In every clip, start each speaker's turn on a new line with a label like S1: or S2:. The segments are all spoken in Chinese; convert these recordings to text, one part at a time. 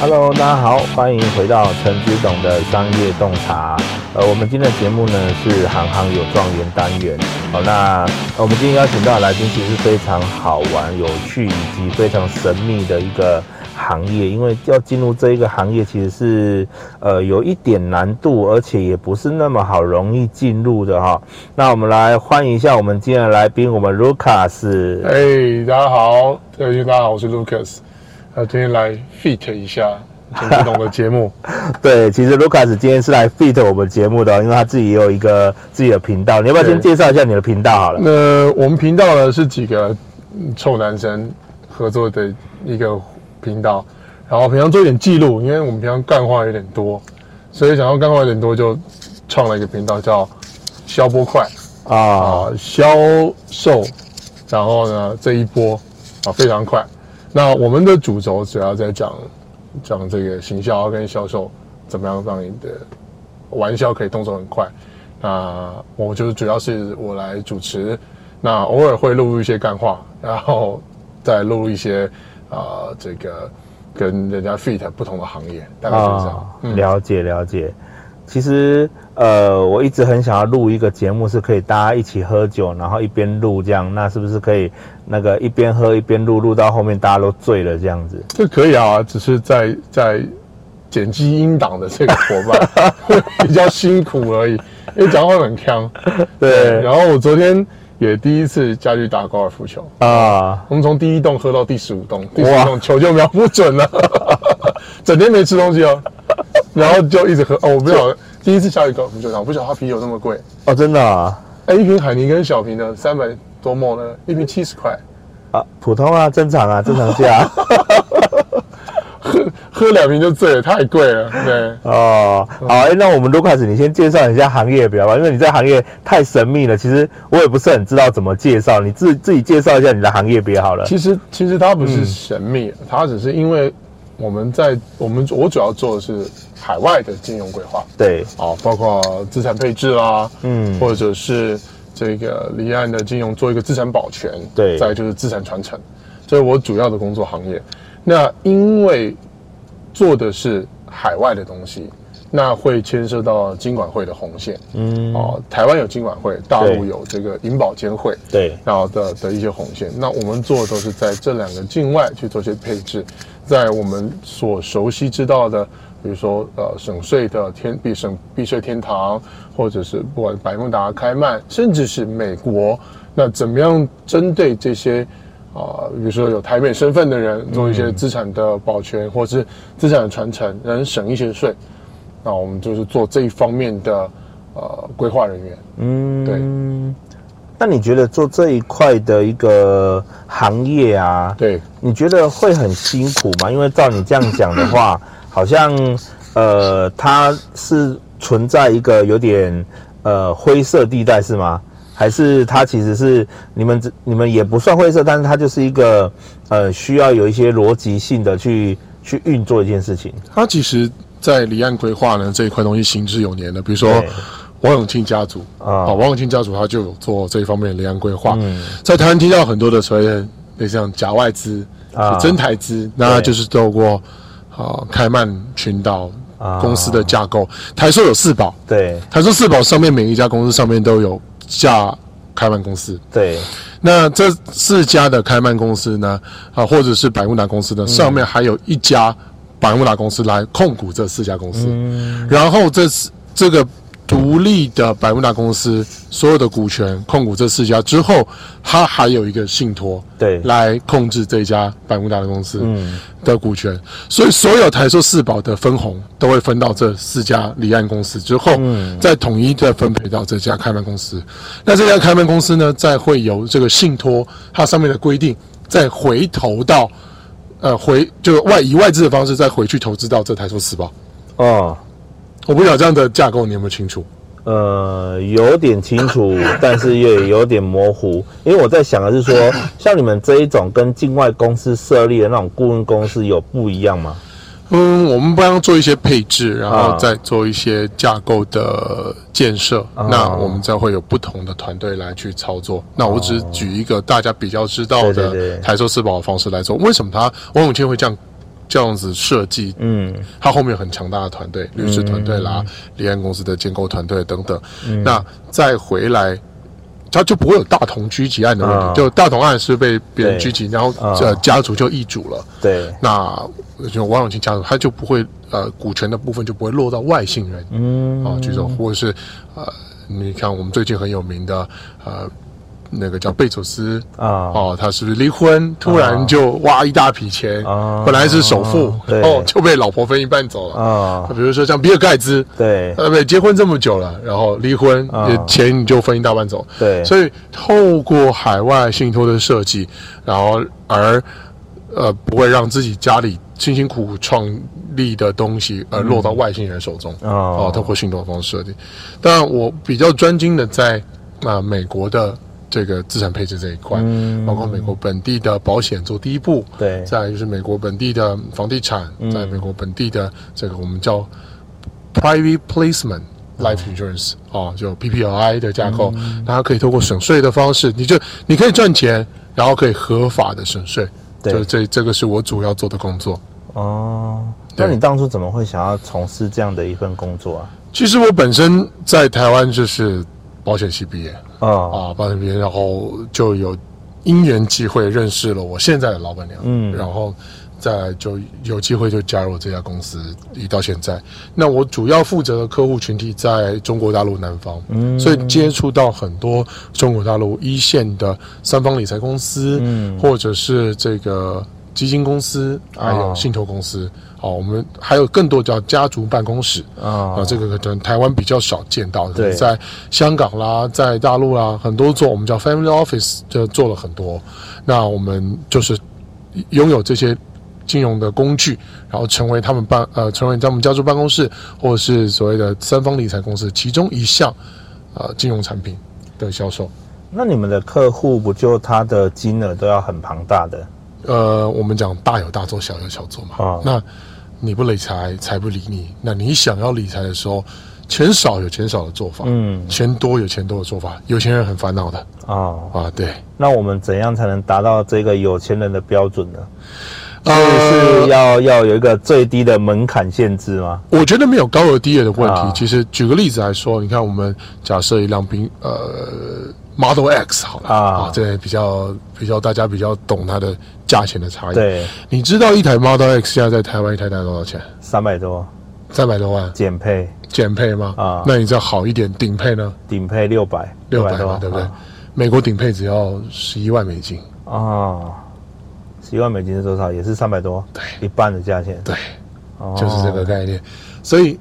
S1: Hello，大家好，欢迎回到陈志董的商业洞察。呃，我们今天的节目呢是行行有状元单元。好，那呃我们今天邀请到的来宾其实是非常好玩、有趣以及非常神秘的一个行业，因为要进入这一个行业其实是呃有一点难度，而且也不是那么好容易进入的哈。那我们来欢迎一下我们今天的来宾，我们 Lucas。
S2: 哎、大家好，各位大家好，我是 Lucas，呃，今天来 feat 一下陈志董的节目，
S1: 对，其实 Lucas 今天是来 fit 我们节目的，因为他自己也有一个自己的频道。你要不要先
S2: 对
S1: 介绍一下你的频道好了？
S2: 那我们频道呢是几个嗯臭男生合作的一个频道，然后平常做一点记录，因为我们平常干话有点多，所以想要干话有点多，就创了一个频道叫“消波快”
S1: 啊、
S2: 啊，销售，然后呢这一波啊非常快。那我们的主轴主要在讲讲这个行销跟销售怎么样让你的玩笑可以动作很快。那我就是主要是我来主持，那偶尔会录入一些干话，然后再录入一些啊、呃这个跟人家 fit 不同的行业，大概就是这样。
S1: 啊、了解了解。其实呃，我一直很想要录一个节目，是可以大家一起喝酒，然后一边录这样。那是不是可以那个一边喝一边录，录到后面大家都醉了这样子？
S2: 这可以啊，只是在在剪辑音档的这个伙伴比较辛苦而已，因为讲话很呛。
S1: 对
S2: 然后我昨天也第一次下去打高尔夫球，
S1: 啊，
S2: 我们从第一栋喝到第十五栋，第十
S1: 哇
S2: 五栋球就瞄不准了， 整天没吃东西哦，然后就一直喝。哦，我不晓得第一次下去高尔夫球场，我不晓得它啤酒那么贵，
S1: 哦，真的啊，
S2: 哎，一瓶海尼根小瓶的三百多沫呢，一瓶七十块，
S1: 啊普通啊，正常啊，正常价。
S2: 喝两瓶就醉了，太贵了，对。
S1: 哦，好，哎、那我们 Lucas，你先介绍一下行业比较吧，因为你在行业太神秘了，其实我也不是很知道怎么介绍，你自自己介绍一下你的行业别好了。
S2: 其实其实它不
S1: 嗯
S2: 是神秘，它只是因为我们在我们我主要做的是海外的金融规划
S1: 对，
S2: 啊，包括资产配置啦，
S1: 嗯
S2: 或者是这个离岸的金融做一个资产保全，
S1: 对
S2: 再就是资产传承，这是我主要的工作行业。那因为做的是海外的东西，那会牵涉到金管会的红线，
S1: 嗯，
S2: 哦，台湾有金管会，大陆
S1: 对
S2: 有这个银保监会，
S1: 对，
S2: 然后的的一些红线。那我们做的都是在这两个境外去做一些配置，在我们所熟悉知道的，比如说呃省税的天避省避税天堂，或者是不管百慕达、开曼，甚至是美国，那怎么样针对这些？啊、比如说有台美身份的人做一些资产的保全，或是资产的传承，能省一些税。那我们就是做这一方面的呃规划人员。
S1: 嗯，对。那你觉得做这一块的一个行业啊，
S2: 对，
S1: 你觉得会很辛苦吗？因为照你这样讲的话，好像呃，它是存在一个有点呃灰色地带是吗？还是它其实是你们只你们也不算灰色，但是它就是一个呃需要有一些逻辑性的去去运作一件事情。
S2: 它其实，在离岸规划呢这一块东西行之有年的，比如说
S1: 对
S2: 王永庆家族
S1: 啊
S2: 啊，王永庆家族他就有做这一方面的离岸规划。
S1: 嗯
S2: 在台湾听到很多的所谓的类似像假外资、
S1: 啊
S2: 真台资，那就是透过啊开曼群岛
S1: 啊
S2: 公司的架构，台塑有四宝，
S1: 对
S2: 台塑四宝上面每一家公司上面都有架开曼公司，
S1: 对
S2: 那这四家的开曼公司呢，啊，或者是百慕达公司呢，上面还有一家百慕达公司来控股这四家公司，然后这四这个独立的百慕达公司所有的股权控股这四家之后，它还有一个信托
S1: 对
S2: 来控制这家百慕达的公司的股权，所以所有台塑四宝的分红都会分到这四家离岸公司之后，再统一再分配到这家开曼公司。那这家开曼公司呢，再会由这个信托它上面的规定，再回头到呃回就外以外资的方式再回去投资到这台塑四宝。
S1: 哦，
S2: 我不晓得这样的架构你有没有清楚？
S1: 呃，有点清楚，但是也有点模糊。因为我在想的是说，像你们这一种跟境外公司设立的那种顾问公司有不一样吗？
S2: 嗯，我们帮他做一些配置，然
S1: 啊
S2: 后再做一些架构的建设。
S1: 啊
S2: 那我们再会有不同的团队来去操作。那我只举一个大家比较知道
S1: 对对对
S2: 的台塑四宝的方式来做。为什么他王永庆会这样这样子设计，
S1: 嗯，
S2: 它后面有很强大的团队，律师团队啦，离岸公司的建构团队等等。
S1: 嗯
S2: 那再回来，它就不会有大同居集案的问题，
S1: 啊
S2: 就大同案是被别人
S1: 对
S2: 居集，然后
S1: 啊
S2: 呃家族就易主了。
S1: 对，
S2: 那就王永庆家族，他就不会呃股权的部分就不会落到外姓人
S1: 嗯，
S2: 啊，这种或者是呃，你看我们最近很有名的呃那个叫贝佐斯
S1: 啊，
S2: 哦，他是不是离婚突然就哇一大笔钱
S1: 啊，
S2: 本来是首富，
S1: 对
S2: 然后就被老婆分一半走了。
S1: 啊，
S2: 比如说像比尔盖茨，
S1: 对，
S2: 呃，不，结婚这么久了，然后离婚，
S1: 啊
S2: 也钱你就分一大半走。
S1: 对
S2: 所以透过海外信托的设计，然后而呃不会让自己家里辛辛苦苦创立的东西而落到外星人手中。
S1: 哦
S2: 哦，透过信托方式设计。当然，我比较专精的在啊、呃美国的这个资产配置这一块，
S1: 嗯
S2: 包括美国本地的保险做第一步，
S1: 对，
S2: 再来就是美国本地的房地产，
S1: 嗯
S2: 在美国本地的这个我们叫 private placement。Life insurance
S1: 嗯
S2: 哦，就 PPLI 的架构，那它可以透过省税的方式，你就你可以赚钱，然后可以合法的省税，
S1: 对
S2: 就这这个是我主要做的工作。
S1: 哦，那
S2: 对
S1: 你当初怎么会想要从事这样的一份工作啊？
S2: 其实我本身在台湾就是保险系毕业，
S1: 哦，
S2: 啊，帮那边，然后就有因缘际会认识了我现在的老板娘，
S1: 嗯
S2: 然后再来就有机会就加入这家公司，一到现在，那我主要负责的客户群体在中国大陆南方，
S1: 嗯
S2: 所以接触到很多中国大陆一线的三方理财公司，
S1: 嗯
S2: 或者是这个基金公司，还有
S1: 哦
S2: 信托公司，哦，我们还有更多叫家族办公室，啊，
S1: 哦，
S2: 这个可能台湾比较少见到的，
S1: 对
S2: 在香港啦，在大陆啦，很多做我们叫 family office 就做了很多。那我们就是拥有这些金融的工具，然后成为他们办呃，成为他们家族办公室或者是所谓的三方理财公司其中一项呃金融产品的销售。
S1: 那你们的客户不就他的金额都要很庞大的？
S2: 呃，我们讲大有大做，小有小做嘛。
S1: 啊
S2: 那你不理财，财不理你。那你想要理财的时候，钱少有钱少的做法，
S1: 嗯，
S2: 钱多有钱多的做法，有钱人很烦恼的
S1: 哦，
S2: 啊，对，
S1: 那我们怎样才能达到这个有钱人的标准呢？是
S2: 呃
S1: 是要要有一个最低的门槛限制吗？
S2: 我觉得没有高额低额的问题。
S1: 啊
S2: 其实举个例子来说，你看我们假设一辆宾呃 Model X 好了
S1: 啊
S2: 这比较比较大家比较懂它的价钱的差异。，
S1: 对，
S2: 你知道一台 Model X 现在在台湾一台大概多少钱？
S1: 三百多，
S2: 三百多万，
S1: 减配
S2: 减配吗？
S1: 啊
S2: 那你知道好一点顶配呢？
S1: 顶配六百，
S2: 六百
S1: 多
S2: 嘛，，对不对
S1: 啊？？
S2: 美国顶配只要十一万美金，
S1: 哦，十一万美金是多少？也是三百多，
S2: 对
S1: 一半的价钱，
S2: 对，
S1: 哦
S2: 就是这个，概念。所以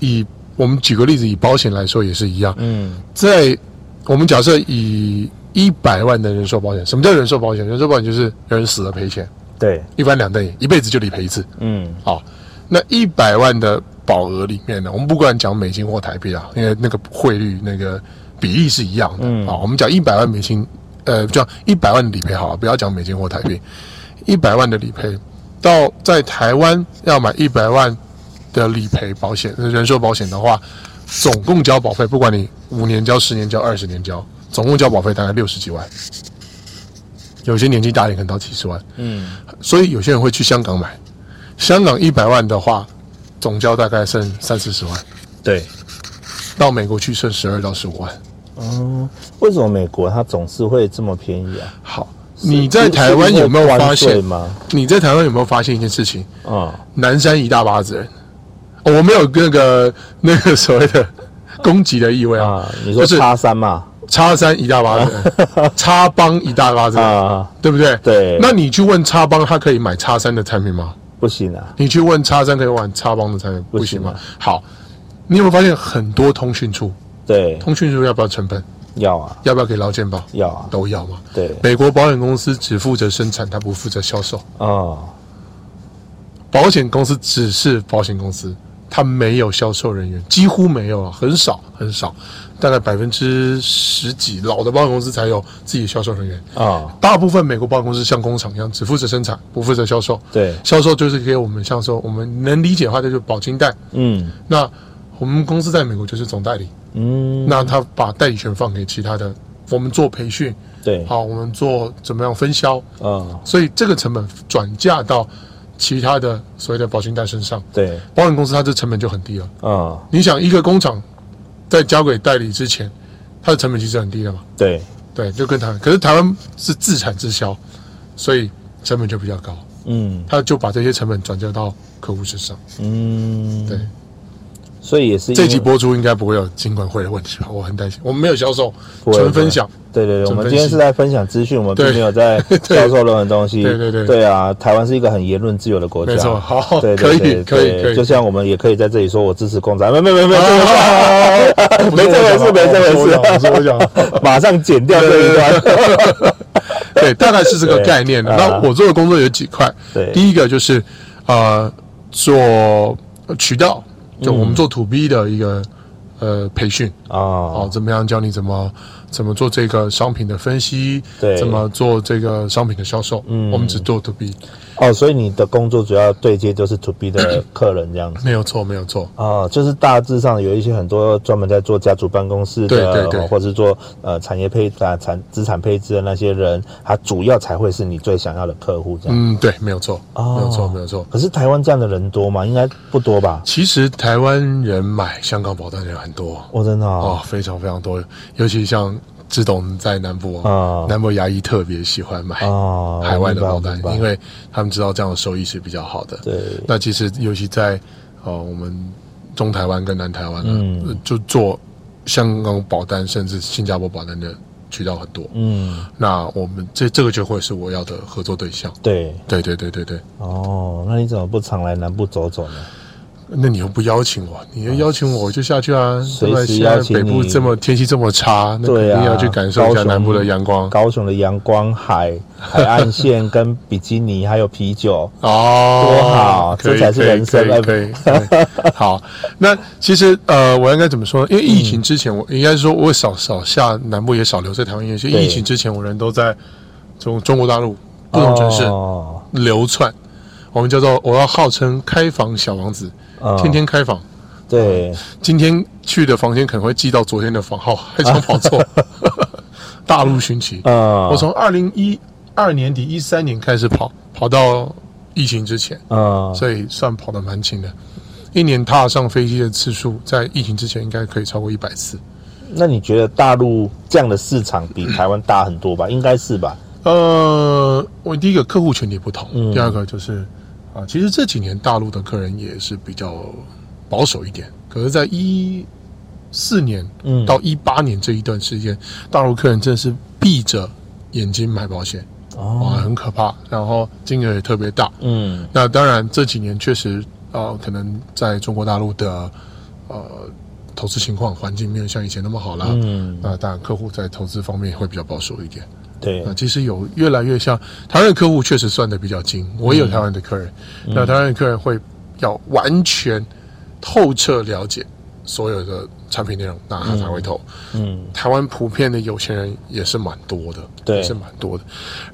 S2: 以我们举个例子，以保险来说也是一样，
S1: 嗯，
S2: 在我们假设以一百万的人寿保险，什么叫人寿保险？人寿保险就是人死了赔钱，
S1: 对，
S2: 一翻两瞪眼，一辈子就理赔一次。
S1: 嗯，
S2: 好，那一百万的保额里面呢，我们不管讲美金或台币啊，因为那个汇率那个比例是一样的。
S1: 嗯
S2: 好，我们讲一百万美金，呃，叫一百万的理赔好了，不要讲美金或台币，一百万的理赔，到在台湾要买一百万的理赔保险，呃人寿保险的话，总共交保费，不管你五年交、十年交、二十年交，总共交保费大概六十几万。有些年纪大一点，可能到七十万。
S1: 嗯，
S2: 所以有些人会去香港买。香港一百万的话，总交大概剩三四十万，
S1: 对，
S2: 到美国去剩十二到十五万。
S1: 哦，为什么美国它总是会这么便宜啊？
S2: 好，你在台湾
S1: 是因为
S2: 有没有发
S1: 关税
S2: 现？
S1: 吗？
S2: 你在台湾有没有发现一件事情？
S1: 啊、
S2: 南山一大把子人，哦我没有那个 那个所谓的攻击的意味啊，
S1: 啊，你说
S2: 就是
S1: 叉三嘛？
S2: 插山一大把 子人，插帮一大把子人，
S1: 啊，
S2: 对不对？
S1: 对
S2: 那你去问插帮，他可以买插山的产品吗？
S1: 不行啊，
S2: 你去问叉三可以玩叉帮的产品，不行吗？好，你有没有发现很多通讯处，
S1: 对，
S2: 通讯处要不要成本，
S1: 要啊，
S2: 要不要给劳健保，
S1: 要啊，
S2: 都要嘛？
S1: 对，
S2: 美国保险公司只负责生产，它不负责销售。
S1: 哦，
S2: 保险公司只是保险公司，它没有销售人员，几乎没有啊，很少很少，大概百分之十几，老的保险公司才有自己的销售人员。
S1: 哦，
S2: 大部分美国保险公司像工厂一样，只负责生产，不负责销售。
S1: 对
S2: 销售就是给我们像说我们能理解的话，就是保金贷，
S1: 嗯
S2: 那我们公司在美国就是总代理，
S1: 嗯，
S2: 那他把代理权放给其他的，我们做培训，
S1: 对，
S2: 好，我们做怎么样分销，
S1: 哦，
S2: 所以这个成本转嫁到其他的所谓的保险贷身上。
S1: 对，
S2: 保险公司它这成本就很低了。
S1: 嗯，
S2: 你想一个工厂在交给代理之前，它的成本其实很低的嘛。
S1: 对，
S2: 对，就跟台湾，可是台湾是自产自销，所以成本就比较高，
S1: 嗯
S2: 他就把这些成本转嫁到客户身上。
S1: 嗯，
S2: 对，
S1: 所以也是因为
S2: 这一集播出应该不会有金管会的问题吧？我很担心，我们没有销售，
S1: 不会
S2: 纯分享。
S1: 对对对，我
S2: 准
S1: 们
S2: 分
S1: 今天
S2: 析
S1: 是在分享资讯，我们并
S2: 对
S1: 没有在销售任何东西。
S2: 对对对
S1: 对啊，台湾是一个很言论自由的国家。
S2: 没错好
S1: 对对
S2: 可以
S1: 对
S2: 可以
S1: 对
S2: 可以
S1: 就像我们也可以在这里说我支持共产，没没没没，这个是
S2: 啊
S1: 没这回事没这回事
S2: 不是哦 我讲的不是我讲的不是我讲的
S1: 马上剪掉这一段。
S2: 对，大概是这个
S1: 对
S2: 概念。那
S1: 啊
S2: 我做的工作有几块
S1: 对，
S2: 第一个就是呃做渠道，就我们做 to B 的一个呃培训。哦
S1: 嗯哦，，
S2: 怎么样教你怎么怎么做这个商品的分析，
S1: 对
S2: 怎么做这个商品的销售。嗯，我们只做 to B，
S1: 哦，所以你的工作主要对接就是 to B 的客人这样子。
S2: 没有错，没有错。
S1: 哦，就是大致上有一些很多专门在做家族办公室的，
S2: 对对对
S1: 哦或是做呃产业配啊产资产配置的那些人，他主要才会是你最想要的客户这样。
S2: 嗯，对，没有错，
S1: 哦
S2: 没有错，没有错。
S1: 可是台湾这样的人多吗？应该不多吧？
S2: 其实台湾人买香港保单的人很多
S1: 我、真的
S2: 哦
S1: 哦，，
S2: 非常非常多，尤其像志董在南部
S1: 哦
S2: 南部牙医特别喜欢买
S1: 哦
S2: 海外的保
S1: 我
S2: 单
S1: 明白，
S2: 因为他们知道这样的收益是比较好的。
S1: 对，
S2: 那其实尤其在呃我们中台湾跟南台湾呢，
S1: 嗯
S2: 呃就做香港保单甚至新加坡保单的渠道很多。
S1: 嗯，
S2: 那我们这这个就会是我要的合作对象。
S1: 对，
S2: 对对对对对，
S1: 哦，那你怎么不常来南部走走呢？
S2: 那你又不邀请我，你要邀请我，我就下去啊。
S1: 随
S2: 对吧？
S1: 时
S2: 现
S1: 邀
S2: 在
S1: 请
S2: 北部
S1: 你
S2: 这么天气这么差，那肯
S1: 对
S2: 定
S1: 啊，
S2: 要去感受一
S1: 高
S2: 下
S1: 雄
S2: 南部的阳光。
S1: 高雄的阳光、 海、海岸线跟比基尼，还有啤酒。
S2: 哦，
S1: 多好
S2: 可以
S1: 这才是人生啊
S2: 可以可以可以可 以好，那其实呃，我应该怎么说呢？因为疫情之前，我应该是说我少少下南部，也少留在台湾，因为
S1: 对
S2: 疫情之前，我人都在中中国大陆不同城市
S1: 哦，
S2: 流窜。我们叫做我要号称开房小王子，
S1: 嗯
S2: 天天开房。
S1: 对，
S2: 今天去的房间可能会寄到昨天的房号，还常 跑错。大陆寻奇，
S1: 嗯，
S2: 我从二零一二年底一三年开始跑，跑到疫情之前。
S1: 嗯，
S2: 所以算跑得蛮勤的。一年踏上飞机的次数，在疫情之前应该可以超过一百次。
S1: 那你觉得大陆这样的市场比台湾大很多吧？应该是吧？
S2: 呃，我第一个客户群体不同，
S1: 嗯
S2: 第二个就是啊，其实这几年大陆的客人也是比较保守一点，可是，在一四年
S1: 嗯
S2: 到一八年这一段时间，大陆客人真的是闭着眼睛买保险，哇，
S1: 哦，
S2: 很可怕，然后金额也特别大，
S1: 嗯，
S2: 那当然，这几年确实，呃，可能在中国大陆的呃投资情况环境没有像以前那么好啦。
S1: 嗯
S2: 那当然，客户在投资方面会比较保守一点。
S1: 对
S2: 那，其实有越来越像台湾的客户，确实算的比较精。
S1: 嗯
S2: 我也有台湾的客人，那台湾的客人会要完全透彻了解所有的产品内容，那他才会投。
S1: 嗯，
S2: 台湾普遍的有钱人也是蛮多的，
S1: 对
S2: 也是蛮多的。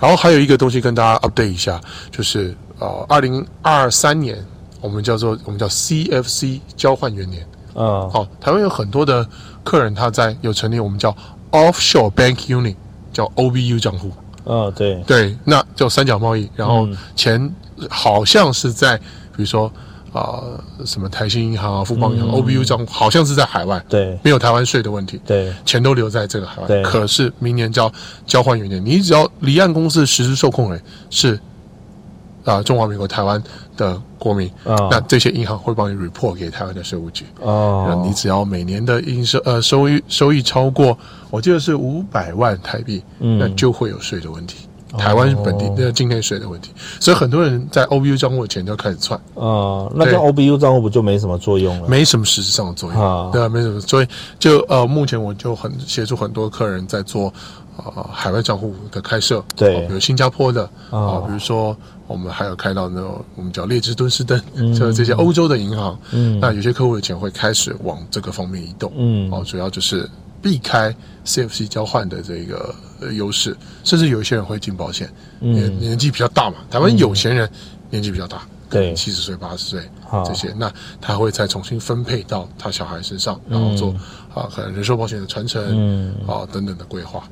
S2: 然后还有一个东西跟大家 update 一下，就是呃，二零二三年我们叫做我们叫 CFC 交换元年。
S1: 嗯，
S2: 哦，台湾有很多的客人他在有成立我们叫 Offshore Bank Unit，叫 OBU 账户。
S1: 嗯，对，
S2: 对，那就三角贸易，然后钱好像是在比如说啊、呃什么台新银行啊、富邦银行、OBU 账户，好像是在海外，
S1: 对
S2: 没有台湾税的问题。
S1: 对
S2: 钱都留在这个海
S1: 对
S2: 外。可是明年交交换元年，你只要离岸公司实施受控人是啊、中华民国台湾的国民，
S1: 啊
S2: 那这些银行会帮你 report 给台湾的税务局。那
S1: 哦
S2: 你，只要每年的应收呃收益收益超过，我记得是五百万台币，
S1: 嗯哦
S2: 那就会有税的问题。台湾本地的境内税的问题，所以很多人在 OBU 账户的钱就开始窜，
S1: 嗯，那
S2: 对
S1: 跟 OBU 账户不就没什么作用了？
S2: 没什么实质上的作
S1: 啊
S2: 用，对啊，没什么，所以就呃，目前我就很协助很多客人在做呃海外账户的开设，
S1: 对
S2: 哦比如新加坡的啊、
S1: 哦
S2: 比如说我们还有开到那种我们叫列支敦士登，就是这些欧洲的银行，
S1: 嗯
S2: 那有些客户的钱会开始往这个方面移动，
S1: 嗯
S2: 哦，主要就是避开 CFC 交换的这个呃优势，甚至有一些人会进保险，
S1: 嗯
S2: 年年纪比较大嘛，台湾有钱人年纪比较大，
S1: 对
S2: 可能七十岁、八十岁
S1: 好
S2: 这些，那他会再重新分配到他小孩身上，然后做啊可能人寿保险的传承，
S1: 嗯
S2: 啊等等的规划。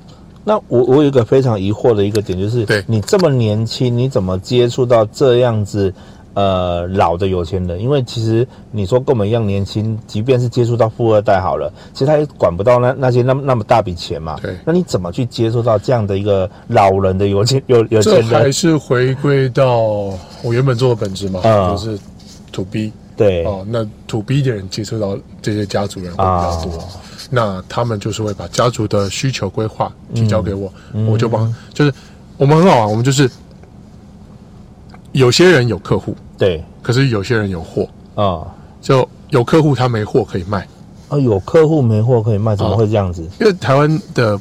S1: 那我我有一个非常疑惑的一个点，就是
S2: 对
S1: 你这么年轻，你怎么接触到这样子呃老的有钱人，因为其实你说跟我们一样年轻，即便是接触到富二代好了，其实他也管不到那那些那么那么大笔钱嘛。
S2: 对
S1: 那你怎么去接触到这样的一个老人的有钱有有钱
S2: 这还
S1: 人？
S2: 是回归到我原本做的本质嘛，
S1: 嗯
S2: 就是 to B
S1: 对，
S2: 哦。那 to B 的人接触到这些家族人会比
S1: 啊
S2: 较多，那他们就是会把家族的需求规划
S1: 嗯
S2: 提交给我，我就帮。就是我们很好玩，我们就是有些人有客户，
S1: 对，
S2: 可是有些人有货，
S1: 啊、
S2: 就有客户他没货可以卖，
S1: 啊，有客户没货可以卖，怎
S2: 哦
S1: 么会这样子？
S2: 因为台湾的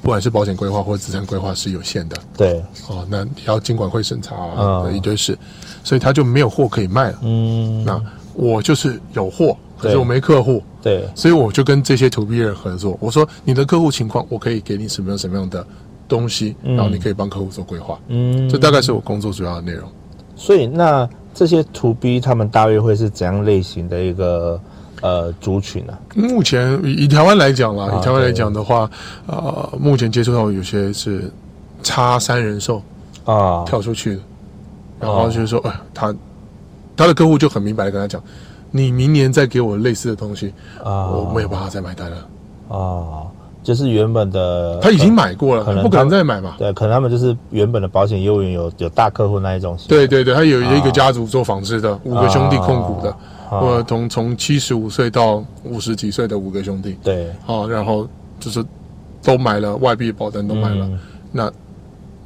S2: 不管是保险规划或者资产规划是有限的。
S1: 对，
S2: 哦，那也要经管会审查、
S1: 嗯
S2: 啊一堆事，所以他就没有货可以卖了。
S1: 嗯，
S2: 那我就是有货，可是
S1: 对
S2: 我没客户，
S1: 对，
S2: 所以我就跟这些 to B 人合作。我说你的客户情况，我可以给你什么样什么样的东西，然后你可以帮客户做规划。
S1: 嗯
S2: 这，大概是我工作主要的内容。
S1: 所以那这些 to B 他们大约会是怎样类型的一个呃族群啊？
S2: 目前以以台湾来讲啦，
S1: 啊
S2: 以台湾来讲的话，呃，目前接触到有些是差三人寿
S1: 啊，
S2: 跳出去的，然后就是说，哎，他他的客户就很明白的跟他讲，你明年再给我类似的东西，
S1: 啊
S2: 我没有办法再买单了。
S1: 啊，就是原本的
S2: 他已经买过了，
S1: 啊可能
S2: 不可能再买嘛。
S1: 对，可能他们就是原本的保险业务员有有大客户那一种型。
S2: 对对对，他有一个家族做纺织的，五个兄弟控股的，
S1: 啊
S2: 或者从从七十五岁到五十几岁的五个兄弟，
S1: 对，
S2: 哦，然后就是都买了外币保单都买了
S1: 嗯，
S2: 那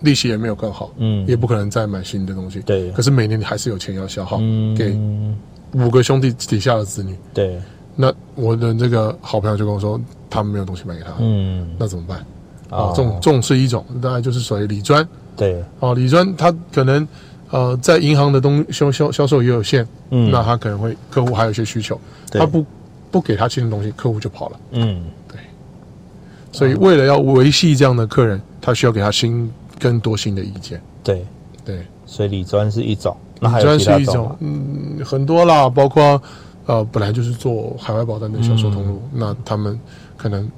S2: 利息也没有更好，
S1: 嗯
S2: 也不可能再买新的东西。
S1: 对
S2: 可是每年你还是有钱要消耗给
S1: 嗯，
S2: 五个兄弟底下的子女。
S1: 对，
S2: 那我的这个好朋友就跟我说，他们没有东西买给他，
S1: 嗯，
S2: 那怎么办？
S1: 哦
S2: 啊，这种这种是一种，大概就是属于理专
S1: 对，
S2: 啊，理专他可能呃在银行的东销销销售也有限，
S1: 嗯
S2: 那他可能会客户还有一些需求，
S1: 对
S2: 他不不给他新的东西，客户就跑了。
S1: 嗯，
S2: 所以为了要维系这样的客人，他需要给他新更多新的意见。
S1: 对，
S2: 对，
S1: 所以理专是一种，那还
S2: 虽
S1: 有
S2: 然
S1: 其他
S2: 是一
S1: 种
S2: 种
S1: 吗，
S2: 嗯很多啦，包括呃本来就是做海外保单的销售通路，
S1: 嗯
S2: 那他们可能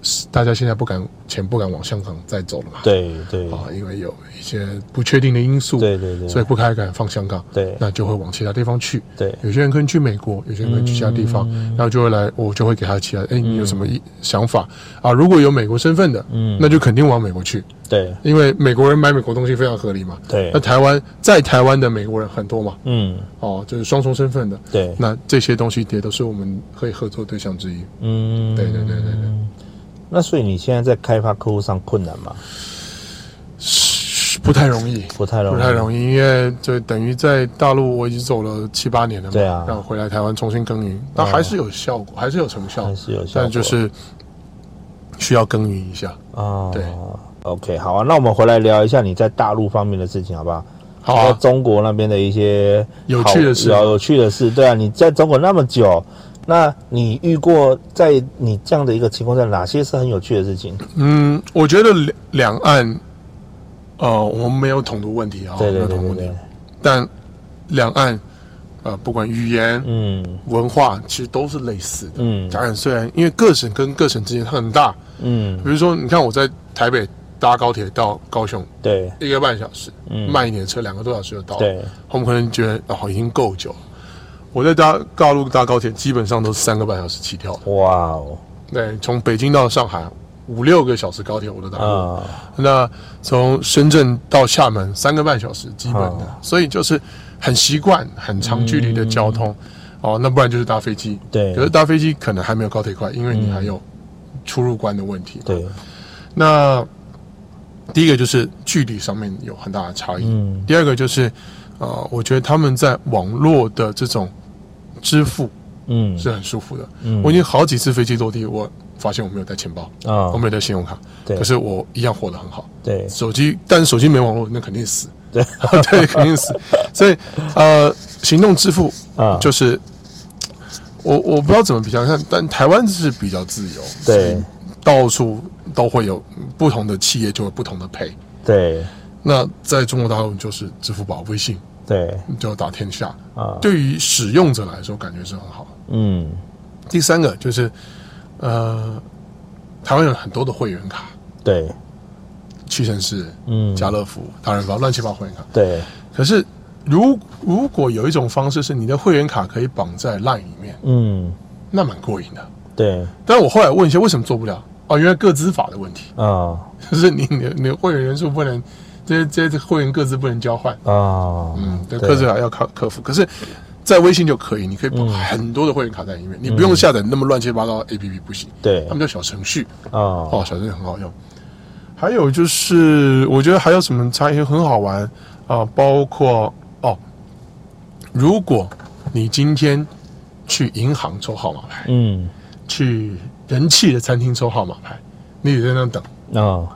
S2: 是大家现在不敢钱不敢往香港再走了嘛，
S1: 对对
S2: 啊，因为有一些不确定的因素，
S1: 对对对
S2: 所以不太敢放香港，
S1: 对
S2: 那就会往其他地方去。
S1: 对
S2: 有些人可能去美国，有些人可能去其他地方，
S1: 嗯
S2: 然后就会来，我就会给他其他，哎，你有什么意想法啊？如果有美国身份的，
S1: 嗯
S2: 那就肯定往美国去，
S1: 对
S2: 因为美国人买美国东西非常合理嘛。
S1: 对
S2: 那台湾在台湾的美国人很多嘛，
S1: 嗯，
S2: 哦，就是双重身份的，
S1: 对，
S2: 那这些东西也都是我们可以合作对象之一。
S1: 嗯，
S2: 对对对对对。
S1: 那所以你现在在开发客户上困难吗？
S2: 是不太容易，
S1: 不太容易，
S2: 不太容易，因为就等于在大陆我已经走了七八年了嘛，
S1: 对啊
S2: 然后回来台湾重新耕耘，那还是有效果，还是有成效
S1: 还，是有效果，
S2: 但就是需要耕耘一下。
S1: 啊，
S2: 对
S1: ，OK，好啊，那我们回来聊一下你在大陆方面的事情，好不好？
S2: 好
S1: 在
S2: 啊，
S1: 中国那边的一些
S2: 有
S1: 好
S2: 趣的事
S1: 有有趣的事。对啊，你在中国那么久，那你遇过在你这样的一个情况下，哪些是很有趣的事情？
S2: 嗯，我觉得两两岸，呃，我们没有统独问题啊，
S1: 对
S2: 没
S1: 对
S2: 有
S1: 对
S2: 统独
S1: 对
S2: 问题
S1: 对，，
S2: 但两岸，呃，不管语言、
S1: 嗯
S2: 文化，其实都是类似的。
S1: 嗯
S2: 当然，虽然因为各省跟各省之间很大，
S1: 嗯，
S2: 比如说，你看我在台北搭高铁到高雄
S1: 对
S2: 一个半小时，
S1: 嗯
S2: 慢一点的车两个多小时就到了。
S1: 对，
S2: 我们可能觉得哦已经够久了。我在搭大陆搭高铁，基本上都是三个半小时起跳的。
S1: 哇哦
S2: 对，从北京到上海五六个小时高铁我都搭过。
S1: 啊，
S2: 那从深圳到厦门三个半小时基本的，
S1: 啊
S2: 所以就是很习惯很长距离的交通。哦，那不然就是搭飞机。
S1: 嗯对嗯
S2: 可是搭飞机可能还没有高铁快，因为你还有出入关的问题。
S1: 对，
S2: 那第一个就是距离上面有很大的差异，
S1: 嗯
S2: 第二个就是呃，我觉得他们在网络的这种支付
S1: 嗯
S2: 是很舒服的。
S1: 嗯
S2: 我已经好几次飞机落地，我发现我没有带钱包，
S1: 啊
S2: 我没有带信用卡，
S1: 对
S2: 可是我一样活得很好。
S1: 对
S2: 手机，但是手机没网络，那肯定死。
S1: 对
S2: 对，肯定死。所以呃，行动支付
S1: 啊
S2: 就是。我我不知道怎么比较，但但台湾是比较自由，
S1: 对
S2: 到处都会有不同的企业就有不同的配。
S1: 对
S2: 那在中国大陆就是支付宝、微信
S1: 对
S2: 就打天下，
S1: 啊，
S2: 对于使用者来说感觉是很好。
S1: 嗯
S2: 第三个就是，呃，台湾有很多的会员卡，
S1: 对
S2: 屈臣氏、
S1: 嗯 음, 네,
S2: 家乐福、大润发乱七八糟会员卡，
S1: 对
S2: 可是如如果有一种方式是你的会员卡可以绑在 LINE 里面，
S1: 嗯，
S2: 那蛮过瘾的。
S1: 对，
S2: 但我后来问一下，为什么做不了？哦，原来各资法的问题，
S1: 啊
S2: 就是你你的你的会员人数不能，这些这些会员各自不能交换。
S1: 啊，
S2: 嗯，对，克制卡要克克服。可是，在微信就可以，你可以绑很多的会员卡在里面，你不用下载那么乱七八糟的 APP，不行。
S1: 对
S2: 他们叫小程序，
S1: 啊，
S2: 哦，小程序很好用。还有就是，我觉得还有什么差异很好玩啊、包括哦，如果你今天去银行抽号码牌，
S1: 嗯，
S2: 去人气的餐厅抽号码牌，你得在那等。
S1: 啊，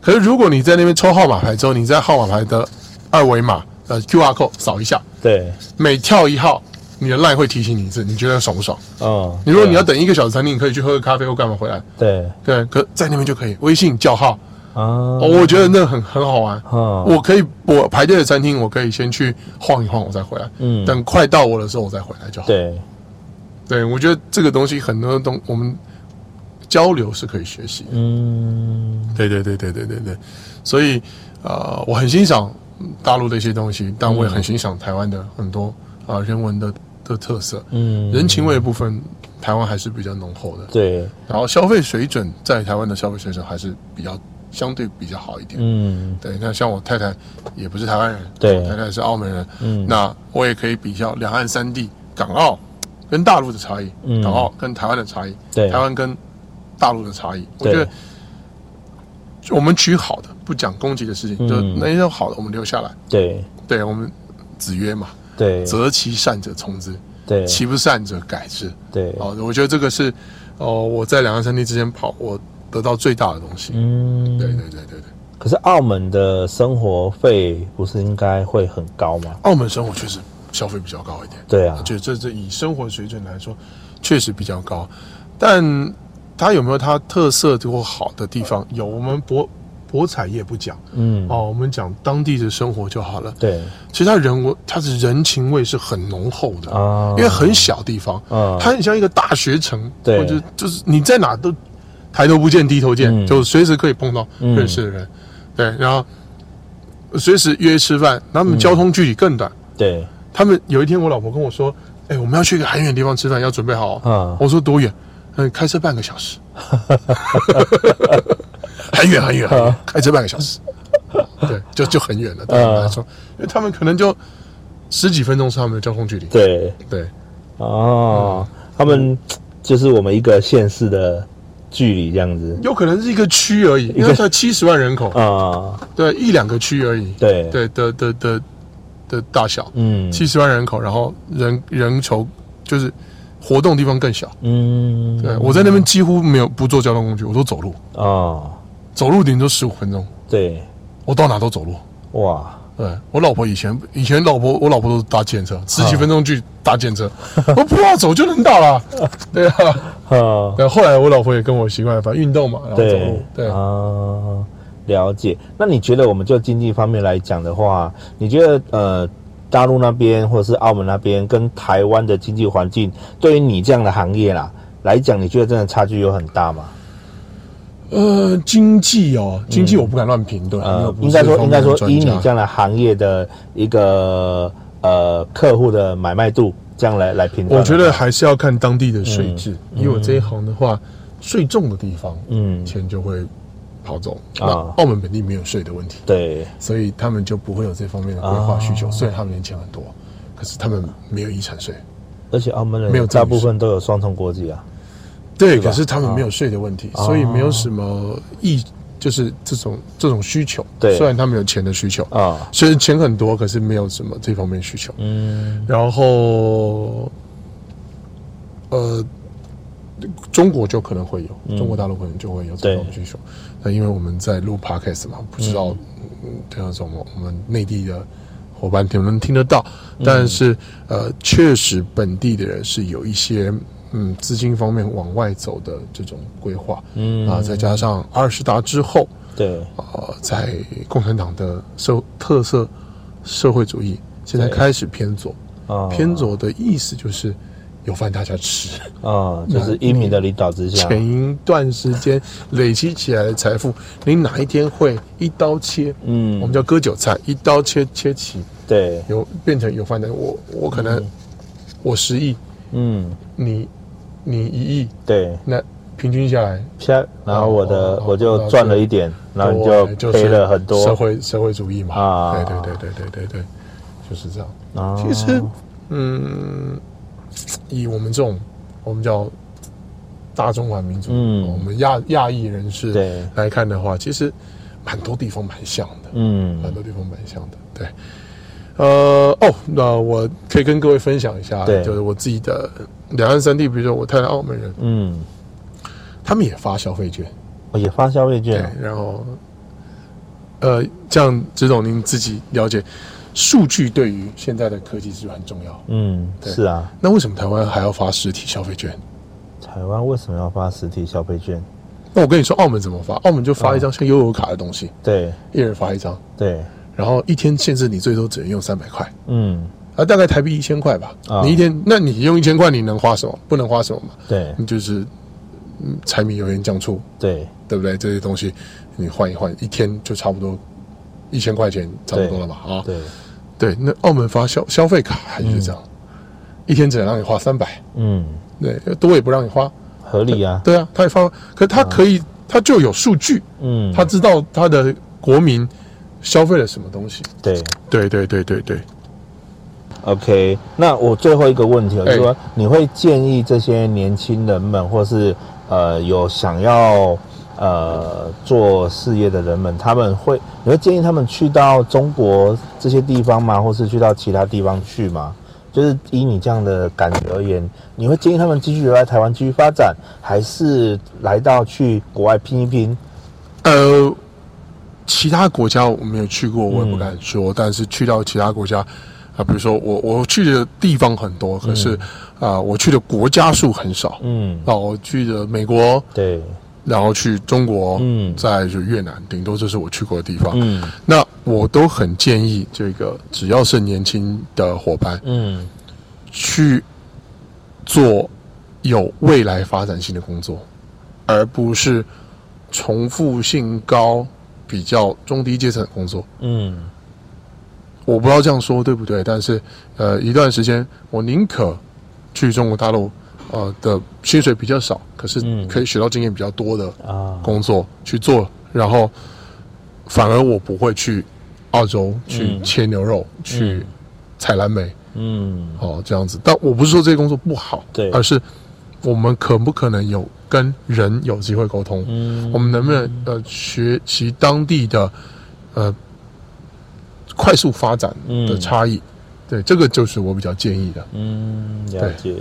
S2: 可是如果你在那边抽号码牌之后，你在号码牌的二维码呃 QR code 扫一下，
S1: 对，
S2: 每跳一号，你的 line 会提醒你一次，你觉得爽不爽？
S1: 啊，
S2: 你如果你要等一个小时餐厅，你可以去喝个咖啡或干嘛回来，
S1: 对
S2: 对，可在那边就可以微信叫号，
S1: 啊
S2: 哦，，我觉得那很很好玩。
S1: 啊
S2: 我可以我排队的餐厅，我可以先去晃一晃，我再回来。
S1: 嗯
S2: 等快到我的时候，我再回来就好。
S1: 对
S2: 对，我觉得这个东西很多东我们交流是可以学习的。
S1: 嗯，
S2: 对对对对对对对，所以呃，我很欣赏嗯大陆的一些东西，但我也很欣赏台湾的很多啊、呃人文的的特色。
S1: 嗯
S2: 人情味的部分，台湾还是比较浓厚的。
S1: 对，
S2: 然后消费水准在台湾的消费水准还是比较相对比较好一点。
S1: 嗯，
S2: 对，那像我太太也不是台湾人，
S1: 对
S2: 我太太是澳门人，
S1: 嗯
S2: 那我也可以比较两岸三地，港澳跟大陆的差异，
S1: 嗯
S2: 港澳跟台湾的差异，
S1: 对
S2: 台湾跟大陆的差异，我
S1: 对
S2: 觉得我们取好的，不讲攻击的事情，
S1: 嗯
S2: 就那些好的我们留下来，
S1: 对
S2: 对我们子曰嘛，
S1: 对
S2: 择其善者从之，
S1: 对
S2: 其不善者改之，
S1: 对，
S2: 哦，我觉得这个是哦我在两岸三地之间跑，我得到最大的东西，
S1: 嗯，
S2: 对对对对对，
S1: 可是澳门的生活费不是应该会很高吗？
S2: 澳门生活确实消费比较高一点。
S1: 对啊，
S2: 就这这以生活水准来说，确实比较高，但它有没有它特色或好的地方？有，我们博博彩业不讲
S1: 嗯，
S2: 哦，我们讲当地的生活就好了。
S1: 对
S2: 其实它人文，它的人情味是很浓厚的，
S1: 啊，
S2: 因为很小地方，
S1: 啊，
S2: 它很像一个大学城，
S1: 对
S2: 或者就是你在哪都抬头不见低头见，
S1: 嗯
S2: 就随时可以碰到
S1: 嗯
S2: 认识的人，对，然后随时约吃饭，他
S1: 嗯
S2: 们交通距离更短。
S1: 对
S2: 他们有一天，我老婆跟我说：“哎、我们要去一个很远的地方吃饭，要准备好、哦。
S1: 啊
S2: 我说：“多远？”嗯，开车半个小 时，很远很远很远，开车半个小时，对，就就很远了。对他们来说，因为他们可能就十几分钟是他们的交通距离。
S1: 对
S2: 对
S1: 哦，他们就是我们一个县市的距离这样子
S2: 有可能是一个区而已，因为才七十万人口，
S1: 啊，
S2: 对，一两个区而已。
S1: 对
S2: 对的的的的大小，
S1: 嗯
S2: 七十万人口，然后人人稠，就是活动地方更小。
S1: 嗯，
S2: 对，我在那边几乎没有不坐交通工具，我都走路，
S1: 哦，
S2: 走路顶多十五分钟，
S1: 对，
S2: 我到哪都走路。
S1: 哇，
S2: 对我老婆以前以前老婆我老婆都是搭建车，十几分钟去搭建 车，我不要走就能到啦。对啊，
S1: 啊，
S2: 对，后来我老婆也跟我习惯了，反正运动嘛，然后走
S1: 对
S2: 路。对，
S1: 啊，了解。那你觉得我们就经济方面来讲的话，你觉得呃？大陆那边或者是澳门那边跟台湾的经济环境，对于你这样的行业啦来讲，你觉得真的差距有很大吗？
S2: 呃，经济哦，经济我不敢乱评论，因为我
S1: 呃，嗯
S2: 不
S1: 应
S2: 是
S1: 该
S2: 这
S1: 说
S2: 方
S1: 应
S2: 面
S1: 该
S2: 的
S1: 说，
S2: 专
S1: 以你
S2: 家
S1: 这样的行业的一个呃客户的买卖度，这样来来评断。
S2: 我觉得，还是要看当地的税制。以我这一行的话，税重的地方，
S1: 嗯，
S2: 钱就会跑走。那
S1: 啊
S2: 澳门本地没有税的问题。
S1: 对，
S2: 所以他们就不会有这方面的规划需求。
S1: 哦
S2: 虽然他们年钱很多，可是他们没有遗产税。
S1: 而且澳门人
S2: 没有
S1: 大
S2: 赠与
S1: 部分都有双重国籍啊。
S2: 对，
S1: 吧
S2: 可是他们没有税的问题，所以没有什么意，就是这种这种需求。
S1: 对
S2: 虽然他们有钱的需求，
S1: 啊，
S2: 虽然钱很多，可是没有什么这方面需求。
S1: 嗯，
S2: 然后，呃，中国就可能会
S1: 嗯
S2: 有，中国大陆可能就会有这种需求。那因为我们在录 podcast 嘛，不知
S1: 嗯
S2: 道嗯这种我们内地的伙伴能不能听得到，
S1: 嗯
S2: 但是呃，确实本地的人是有一些。嗯，资金方面往外走的这种规划，
S1: 嗯
S2: 啊，再加上二十大之后，
S1: 对，
S2: 呃，在共产党的社特色社会主义现在
S1: 对
S2: 开始偏左，
S1: 啊，
S2: 偏左的意思就是有饭大家 吃。
S1: 啊，就是英明的领导之下，
S2: 前一段时间累积起来的财富，你哪一天会一刀切？
S1: 嗯
S2: 我们叫割韭菜，一刀切切齐，
S1: 对，
S2: 有变成有翻的，我我可能我十亿，
S1: 嗯，
S2: 你你一亿，
S1: 对，
S2: 那平均下来，
S1: 下，然后我的
S2: 哦
S1: 我就赚了一点，然后
S2: 对
S1: 你就是赔了很多
S2: 哎社会社会主义嘛，
S1: 啊
S2: 对对对对对对对，就是这样。
S1: 啊
S2: 其实，嗯，以我们这种我们叫大中华民族，哦
S1: 嗯
S2: 我们亚亚裔人士
S1: 对，
S2: 来看的话，其实蛮多地方蛮像的，蛮
S1: 嗯，
S2: 多地方蛮像的，对。呃哦，那我可以跟各位分享一下，
S1: 对
S2: 就是我自己的两岸三地，比如说我太太澳门人，
S1: 嗯，
S2: 他们也发消费券，
S1: 我也发消费券啊，
S2: 对，然后，呃，这样子总您自己了解，数据对于现在的科技是很重要。
S1: 嗯，
S2: 对
S1: 是啊，
S2: 那为什么台湾还要发实体消费券？
S1: 台湾为什么要发实体消费券？
S2: 那我跟你说，澳门怎么发？澳门就发一张像悠游卡的东西，
S1: 对
S2: 一人发一张，
S1: 对，
S2: 然后一天限制你最多只能用三百块，
S1: 嗯，
S2: 啊，大概台币一千块吧。
S1: 啊
S2: 你一天，那你用一千块，你能花什么？不能花什么嘛？
S1: 对
S2: 你就是嗯柴米油盐酱醋，
S1: 对
S2: 对不对？这些东西你换一换，一天就差不多一千块钱，差不多了吧？啊，
S1: 对，
S2: 对，那澳门发消消费卡还是这样，一天只能让你花三百，
S1: 嗯，
S2: 对，多也不让你花。
S1: 合理啊，
S2: 对啊，他也发，可他可以，他就有数据，
S1: 嗯，
S2: 他知道他的国民消费了什么东西。
S1: 对
S2: 对对对对对，
S1: ，OK，那我最后一个问题哦，
S2: 哎
S1: 就是说你会建议这些年轻人们，或是呃有想要呃做事业的人们，他们会你会建议他们去到中国这些地方吗？或是去到其他地方去吗？就是以你这样的感觉而言，你会建议他们继续留在台湾继续发展，还是来到去国外拼一拼？
S2: 呃，其他国家我没有去过，我也不敢说，但是去到其他国家啊，比如说我我去的地方很多，可是啊、我去的国家数很少。
S1: 嗯，
S2: 啊，我去的美国，
S1: 对，然
S2: 然后去中国，
S1: 嗯
S2: 再去越南，顶多这是我去过的地方。
S1: 嗯
S2: 那我都很建议这个，只要是年轻的伙伴
S1: 嗯
S2: 去做有未来发展性的工作，而不是重复性高、比较中低阶层的工作。
S1: 嗯，
S2: 我不知道这样说对不对，但是呃，一段时间我宁可去中国大陆，呃的薪水比较少，可是
S1: 嗯
S2: 可以学到经验比较多的
S1: 啊，
S2: 工作去做，然后反而我不会去澳洲去
S1: 嗯
S2: 切牛肉、去采蓝莓
S1: 嗯，
S2: 哦这样子。但我不是说这些工作不好，
S1: 对
S2: 而是我们可不可能有跟人有机会沟通？
S1: 嗯
S2: 我们能不能呃学习当地的呃快速发展的
S1: 嗯
S2: 差异？对，这个就是我比较建议的。
S1: 嗯，了解。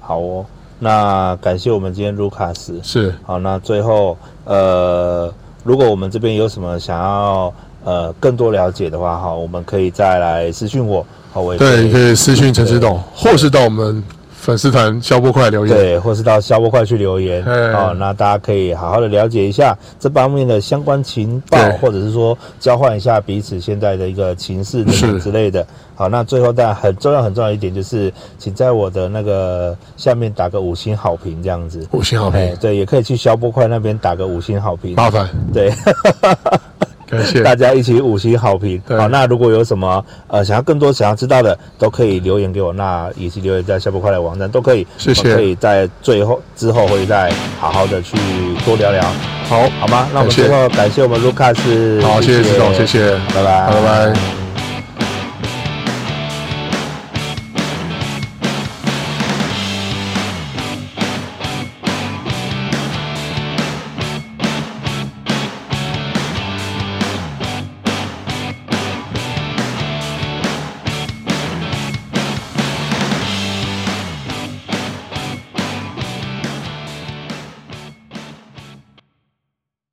S1: 好哦，那感谢我们今天卢卡斯。
S2: 是
S1: 好，那最后呃，如果我们这边有什么想要呃更多了解的话，哈，我们可以再来私讯我，好，我也可
S2: 对，
S1: 以
S2: 可以私讯陈志董，或是到我们粉丝团消波快留言。
S1: 对，或是到消波块去留言，
S2: 嗯
S1: 哦，那大家可以好好的了解一下这方面的相关情报
S2: 对，
S1: 或者是说交换一下彼此现在的一个情势等
S2: 是
S1: 等之类的。好，那最后当然很重要很重要一点就是，请在我的那个下面打个五星好评这样子。
S2: 五星好
S1: 哎
S2: 评，，
S1: 对，也可以去消波块那边打个五星好评，
S2: 麻烦，
S1: 对，
S2: 感谢。
S1: 大家一起五星好评。
S2: 对
S1: 好，那如果有什么呃想要更多想要知道的，都可以留言给我，那以及留言在下播快乐网站都可以。
S2: 谢谢
S1: 我可以在最后之后会再好好的去多聊聊，
S2: 好，
S1: 好吗？那我
S2: 感
S1: 们
S2: 谢
S1: 最后感谢我们卢卡斯，
S2: 好，谢谢志总，谢，谢，
S1: 拜拜，
S2: 好拜拜。